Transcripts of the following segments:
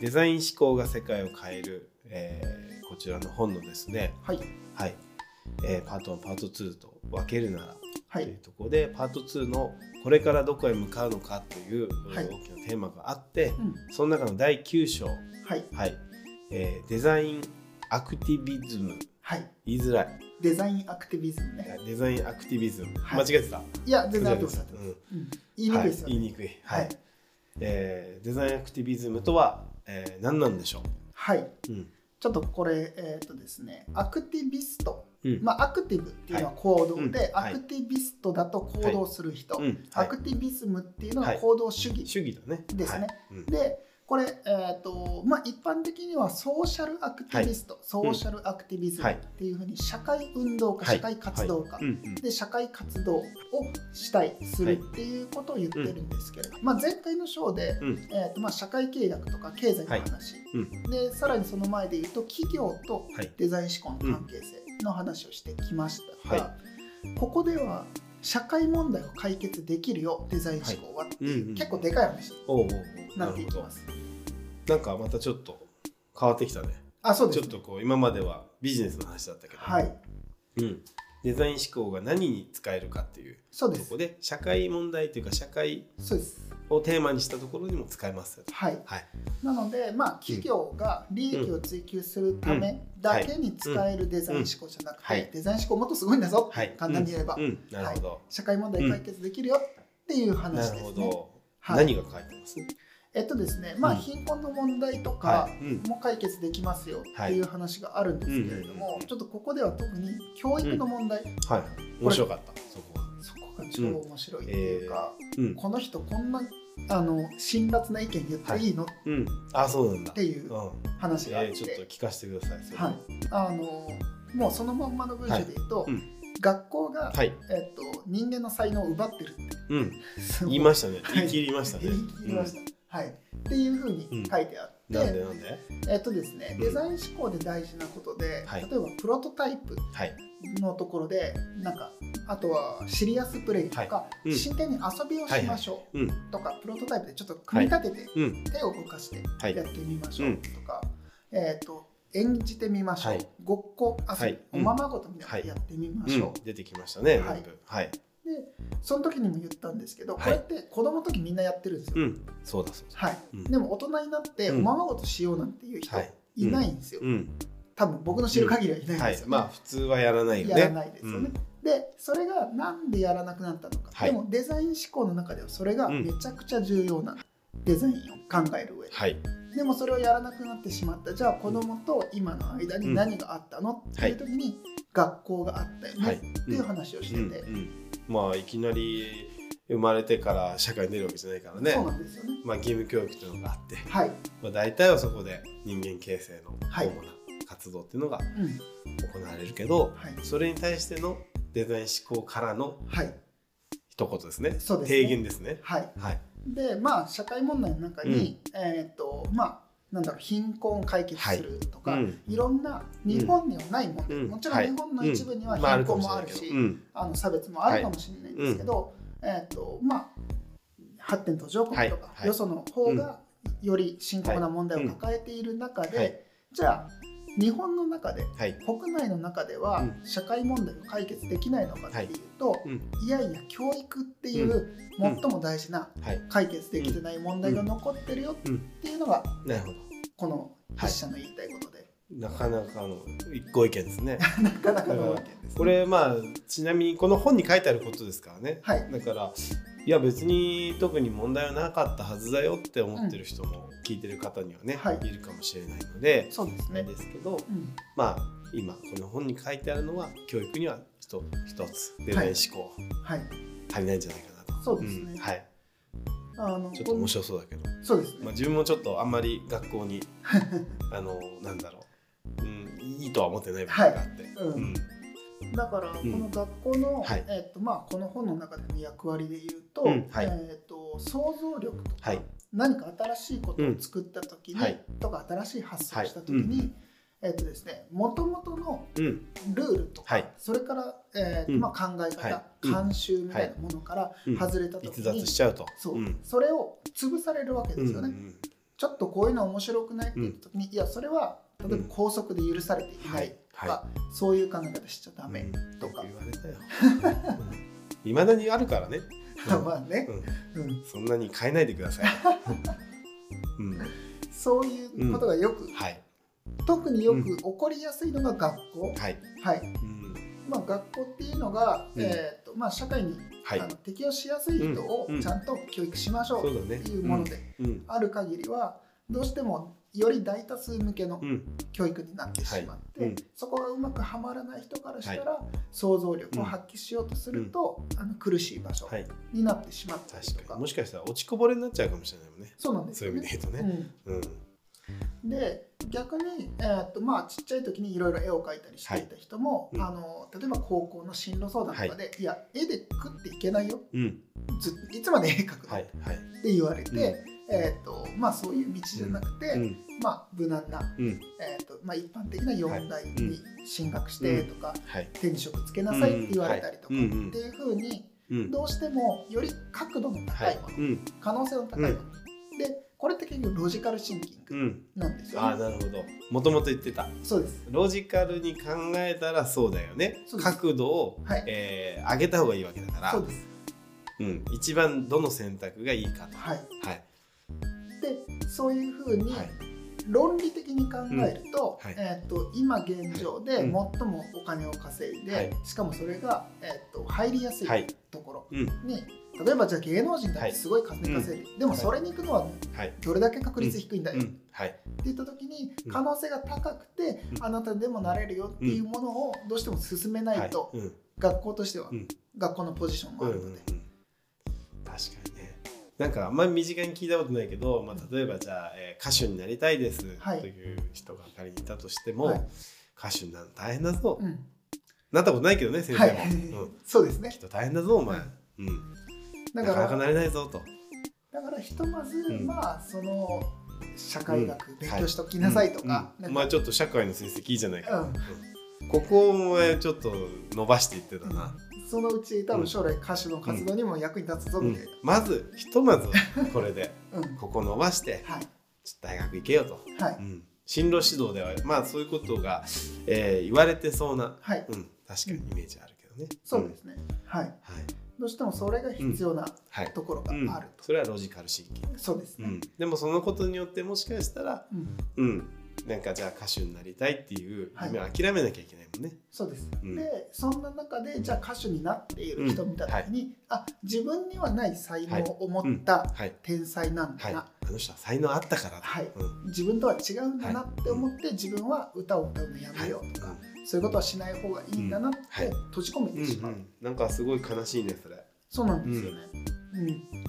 デザイン思考が世界を変える、えーこちらの本のですね、はいはいえーパート1パート2と分けるならはといいうところでパート2の「これからどこへ向かうのか」といううんはい大きなテーマがあって、うんその中の第9章、はいはいえーデザインアクティビズムはい言いづらいデザインアクティビズムねデザインアクティビズム、はい間違えてたいや全然アクティビズムだっうんたうん言いにくいですよは言いねにくい、はいえーデザインアクティビズムとは、えー何なんでしょはいう、うんちょっとこれえっとですねアクティビストうんまあアクティブっていうのは行動はいでうんはアいクティビストだと行動する人うんはアいクティビズムっていうのははい行動主義主義だねですねはいうんでこれ、えーとまあ、一般的にはソーシャルアクティビスト、ソーシャルアクティビズムはいっていうふうに社会運動家、はい社会活動家、はいうんうんで社会活動をしたいするっていうことを言ってるんですけれど、まあ、前回の章で、うんえーとまあ、社会契約とか経済の話、うでさらにその前で言うと企業とはいデザイン思考の関係性の話をしてきましたが、はここでは社会問題を解決できるよデザイン思考はっていう、はいうんうん結構でかい話におうおうおうななっているほきどます。なんかまたちょっと変わってきたねあ、そうでちす、ょっとね。こう今まではビジネスの話だったけど、はい。うん、デザイン思考が何に使えるかっていうそうでとすこ。で社会問題というか社会そうです。をテーマにしたところにも使えますよとはい。はいなので、まあ、企業が利益を追求するためだけに使えるデザイン思考じゃなくはてい、デザイン思考もっとすごいんだぞ。はい簡単に言えばうんうんなるほど、社会問題解決できるよっていう話なでるほすど、ね。はい何が書いてますえっとですね、まあ、うん貧困の問題とかはいうんも解決できますよっていう話があるんですけれどはいうんうんもう、んちょっとここでは特に教育の問題、はい面白かったそこはそこが超面白いっていうか、うんこの人こんなあの辛辣な意見言っていいのっうんあそうなんだていううん話があっえー、てちょっと聞かせてくださいそれはい、あのもうそのまんまの文章で言うと、いうん学校が、はい、えっと、人間の才能を奪ってるってうん す ご言いましたねはい言い切りましたね、 言い切りました、はい、っていうふうに書いてあっうんなんでて、なんでえっとですねう、んデザイン思考で大事なことで、はい例えばプロトタイプはいのところでなんかあとはシリアスプレイとか、いうん真剣に遊びをしましょうんうとか、プロトタイプでちょっと組み立ててうん手を動かしてはいやってみましょううんとか、えー、と演じてみましょう、はいごっこ遊び、はいおうんままごとみたいなのやってみましょう、うん、出てきましたねは全い部はい、その時にも言ったんですけど、はいこれって子供の時みんなやってるんですよ、うんそうだそうだはいうんでも大人になってうおんままごとしようなんていう人はいいないんですよ、うん多分僕の知る限りはいないんはでいす、よ、ねまあ普通はやらないよね。やらないですよね、うんでそれがなんでやらなくなったのか、はいでもデザイン思考の中ではそれがめちゃくちゃ重要なデザインを考える上ではい、でもそれをやらなくなってしまったじゃあ子供と今の間に何があったの、っていう時に学校があったよね、はい、っていう話をしてて、うんうんまあいきなり生まれてから社会に出るわけじゃないからねそう。なんですよねまあ義務教育というのがあって、はい、まあ大体はそこで人間形成のはい主な活動っていうのがう行ん、われるけど、はいそれに対してのデザイン思考からのはい一言ですね。そうですね提言ですね。はいはい。でまあ社会問題の中に、えっ、とまあなんだろう貧困を解決するとか、はいいうんろんな日本にはない問題、うんもちろんはい日本の一部にはまああ貧るか困ももしあれるないし、けど。うん。あの差別もあるかもしれないんですけど、えっ、とまあ発展途上国とか、はいはいよその方がより深刻な問題を抱えている中で、はいじゃあ日本の中ではい。国内の中ではう社会問題を解決できないのかっていうと、うん。い、やいや教育っていうう最んも大事なはい。解決できてない問題が残ってるようんっていうのがなるほど。この筆者の言いたいことで、なかなかのご意見です ね。なかなかの意見です、ね。これまあちなみにこの本に書いてあることですからね。はいだからいや別に特に問題はなかったはずだよって思ってる人も聞いてる方にはね、はいい、るかもしれないので、そうですね、ね、ですけどうん、まあ今この本に書いてあるのは教育には一一つデザイン思考はい足りないんじゃないかなと。そうですねんはい、あのちょっと面白そうだけど、そうですね、まあ、自分もちょっとあんまり学校にあのなんだろう、うん、いいとは思ってない部分があって。 うんうんだからこんの学校の、はいえっとまあ、この本の中での役割で言うと,、うんはいえっと想像力とか、はい何か新しいことを作った時に、うんはいとか新しい発想をした時はいうに、えっとですね元々のうんルールとか、はいそれから、えーうんまあ、考え方、はいうん慣習みたいなものからうん外れた時逸に、脱しちゃうと。そううんそれを潰されるわけですよね、うんうんちちょっとこういうの面白くないって言った時に、いやそれは例えば校則で許されていないとか、そういう考え方しちゃダメとか、言われたよいまだにあるから ね、まあね、うんそんなに変えないでください、 うん、そういうことがよく、はい特によく起こりやすいのが学校、はい、はいうん、まあ、学校っていうのが、うんえーとまあ、社会に、はいあの適応しやすい人をうんちゃんと教育しましょそううだねっていうものでうんある限りはどうしてもより大多数向けのうん教育になってしまって、はいうんそこがうまくはまらない人からしたら、想像力を発揮しようとすると、あの苦しい場所はいになってしまったりと確か,、かにもしかしたら落ちこぼれになっちゃうかもしれないもんねそうなんですそういよう意味ね。で言うとうね、んうんで逆に、えーっとまあ、ちっちゃい時にいろいろ絵を描いたりしていた人はも、いうんあの例えば高校の進路相談とかで、い、や絵で食っていけないようんずいつまで絵描くの、はっいはいて言われて、うんえーっとまあ、そういう道じゃなくて、うんまあ、無難な、うんえーっとまあ、一般的な4大に進学してとか、はい手に職つけなさいって言われたりとか、うんうんっていうふうにうんどうしてもより角度のは高いいもの、うん可能性の高いもの、でこれって結局ロジカルシンキンうグんなんですよね。ああなるほどもともと言ってたそうですロジカルに考えたらそうだよねそうです角度を、はいえー上げた方がいいわけだからそうです。うん、一番どの選択がいいかとはい。はいで、そういうふうにはい論理的に考えると、うんはいえっ、と今現状ではいう最んもお金を稼いで、はいしかもそれがえっ、と入りやすいはいところうんに、例えばじゃあ芸能人だっはていすごい金稼いでる、でもそれに行くのははいどれだけ確率低いんだよ、うってんはい言った時にうん可能性が高くて、うんあなたでもなれるよっていうものをどうしても進めないと、はいうん学校としては、うん学校のポジションもうあんるのうんうで、ん確かにねなんかあんまり身近に聞いたことないけど、まあ、例えばじゃあ、えー歌手になりたいですはいという人が仮にいたとしても、はい歌手になるの大変だぞ、うんなったことないけどね先は生いも、うん、 そうですねきっと大変だぞお前、ううんなだかからなかなれないぞとだからひとまず、んまあその社会学勉強しときいなさいとか、うんなうんんかまあちょっと社会の成績いいじゃないか、うんうんここをお前ちょっと伸ばしていってたな、そのうち多分将来歌手の活動にも役に立つぞうみんたいな、まずひとまずこれで うんここ伸ばしてはいちょっと大学行けよと、はいうん、進路指導ではまあそういうことが、えー言われてそうな、はいうん、確かにイメージあるけどね、そうですね、はいうんはいどうしてもそれが必要なはいところがうんあると、それはロジカルシンキングそうですね、でもそのことによってもしかしたらうんうんなんかじゃあ歌手になりたいっていうはい夢を諦めなきゃいけないもんね。そうです、うんでそんな中でじゃあ歌手になっている人見た時に、あ自分にはない才能を持ったはい、天才なんだはい、な、あの人は才能あったからだ。はいうん自分とは違うんだなって思って、自分は歌を歌うのやめようとか、そういうことはしない方がいいんだなってはい閉じ込めうんてしまう、うんなんかすごい悲しいねそれ。そうなんですよね。うん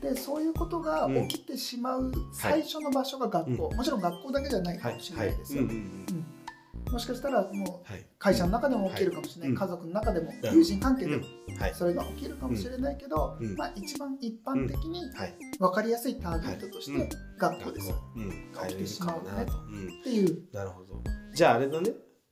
でそういうことが起きてしまう最初の場所が学校、うもちろん学校だけじゃないかはいもしれないですうんよ、うんうんうんもしかしたらもうはい会社の中でも起きるかもしれない、うん家族の中でも、うん友人関係でも、うんはいそれが起きるかもしれないけど、うんまあ、一番一般的にはい分かりやすいターゲットとしはてい学校です、学っ校うん変えれるかもなと。うんていう、なるほど。じゃああれだね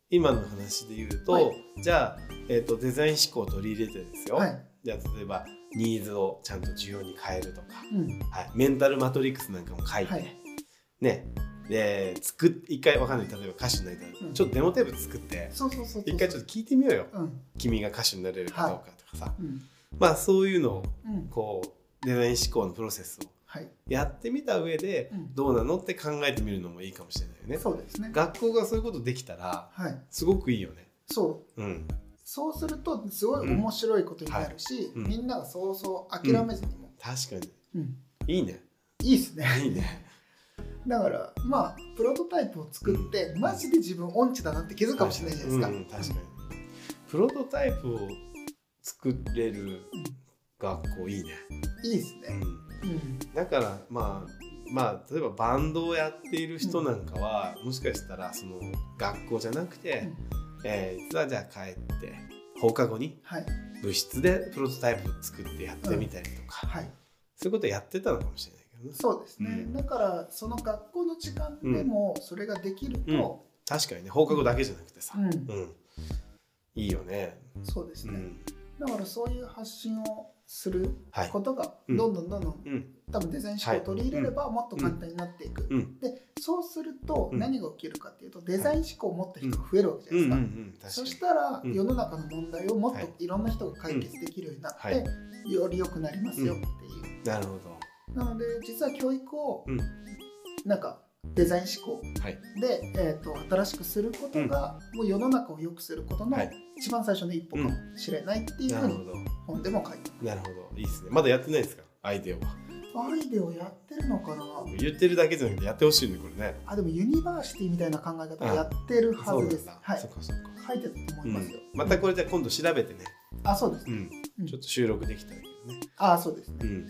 今の話で言うと、はじゃあえっ、とデザイン思考を取り入れてですよ。はいじゃあ例えばニーズをちゃんと需要に変えるとか。うんはい、メンタルマトリックスなんかも書いて、はいねで作っ一回わかんない例えば歌手になりたい、うんちょっとデモテープ作ってそうそうそうそう一回ちょっと聞いてみようようん君が歌手になれるかどうかとかさ、うんまあそういうのをうんこうデザイン思考のプロセスをはい、やってみた上でうんどうなのって考えてみるのもいいかもしれないよね。そうですね学校がそういうことできたらはいすごくいいよね。そううん、そうするとすごい面白いことになるし、うんはいうんみんながそうそう諦めずにも、確かにうんいいね。いいですね いいね。だからまあプロトタイプを作って、マジで自分音痴だなって気づくかもしれないじゃないですか、うんうん確かに。プロトタイプを作れる学校いいね。いいですうね、んうんだからまあまあ例えばバンドをやっている人なんかは、もしかしたらその学校じゃなくて、えー実はじゃあ帰って放課後にはい部室でプロトタイプを作ってやってみたりとか、はいそういうことやってたのかもしれないけどねそうですね、うんだからその学校の時間でもそれができると、確かにね放課後だけじゃなくてさ、うんうんいいよね、そうですうね、んだからそういう発信をするはいことがうんどんどんどんどんうん多分デザイン思考を取り入れればもっと簡単になっていく、うんでそうするとうん何が起きるかっていうとデザイン思考を持った人が増えるわけじゃうなんいでうんうすか、ん確かそにしたらうん世の中の問題をもっはいといろんな人が解決できるようになって、はいより良くなりますよっていう、なるほどなので実は教育をうんなんかデザイン思考はいで、えー、と新しくすることが、もう世の中を良くすることのはい一番最初の一歩かもしれないっていうふなうるにほど本でも書いてなるほどいいですねまだやってないですかアイデアはあるアイデアをやってるのかな言ってるだけじゃなくてやってほしいねこれねあでもユニバーシティみたいな考え方をやってるはずですそうなんだ、はいそっかそっか書いてたと思いますよ、うんまたこれじゃあ今度調べてねあそうですうね、んうんちょっと収録できたらいいけどねあそうですねうん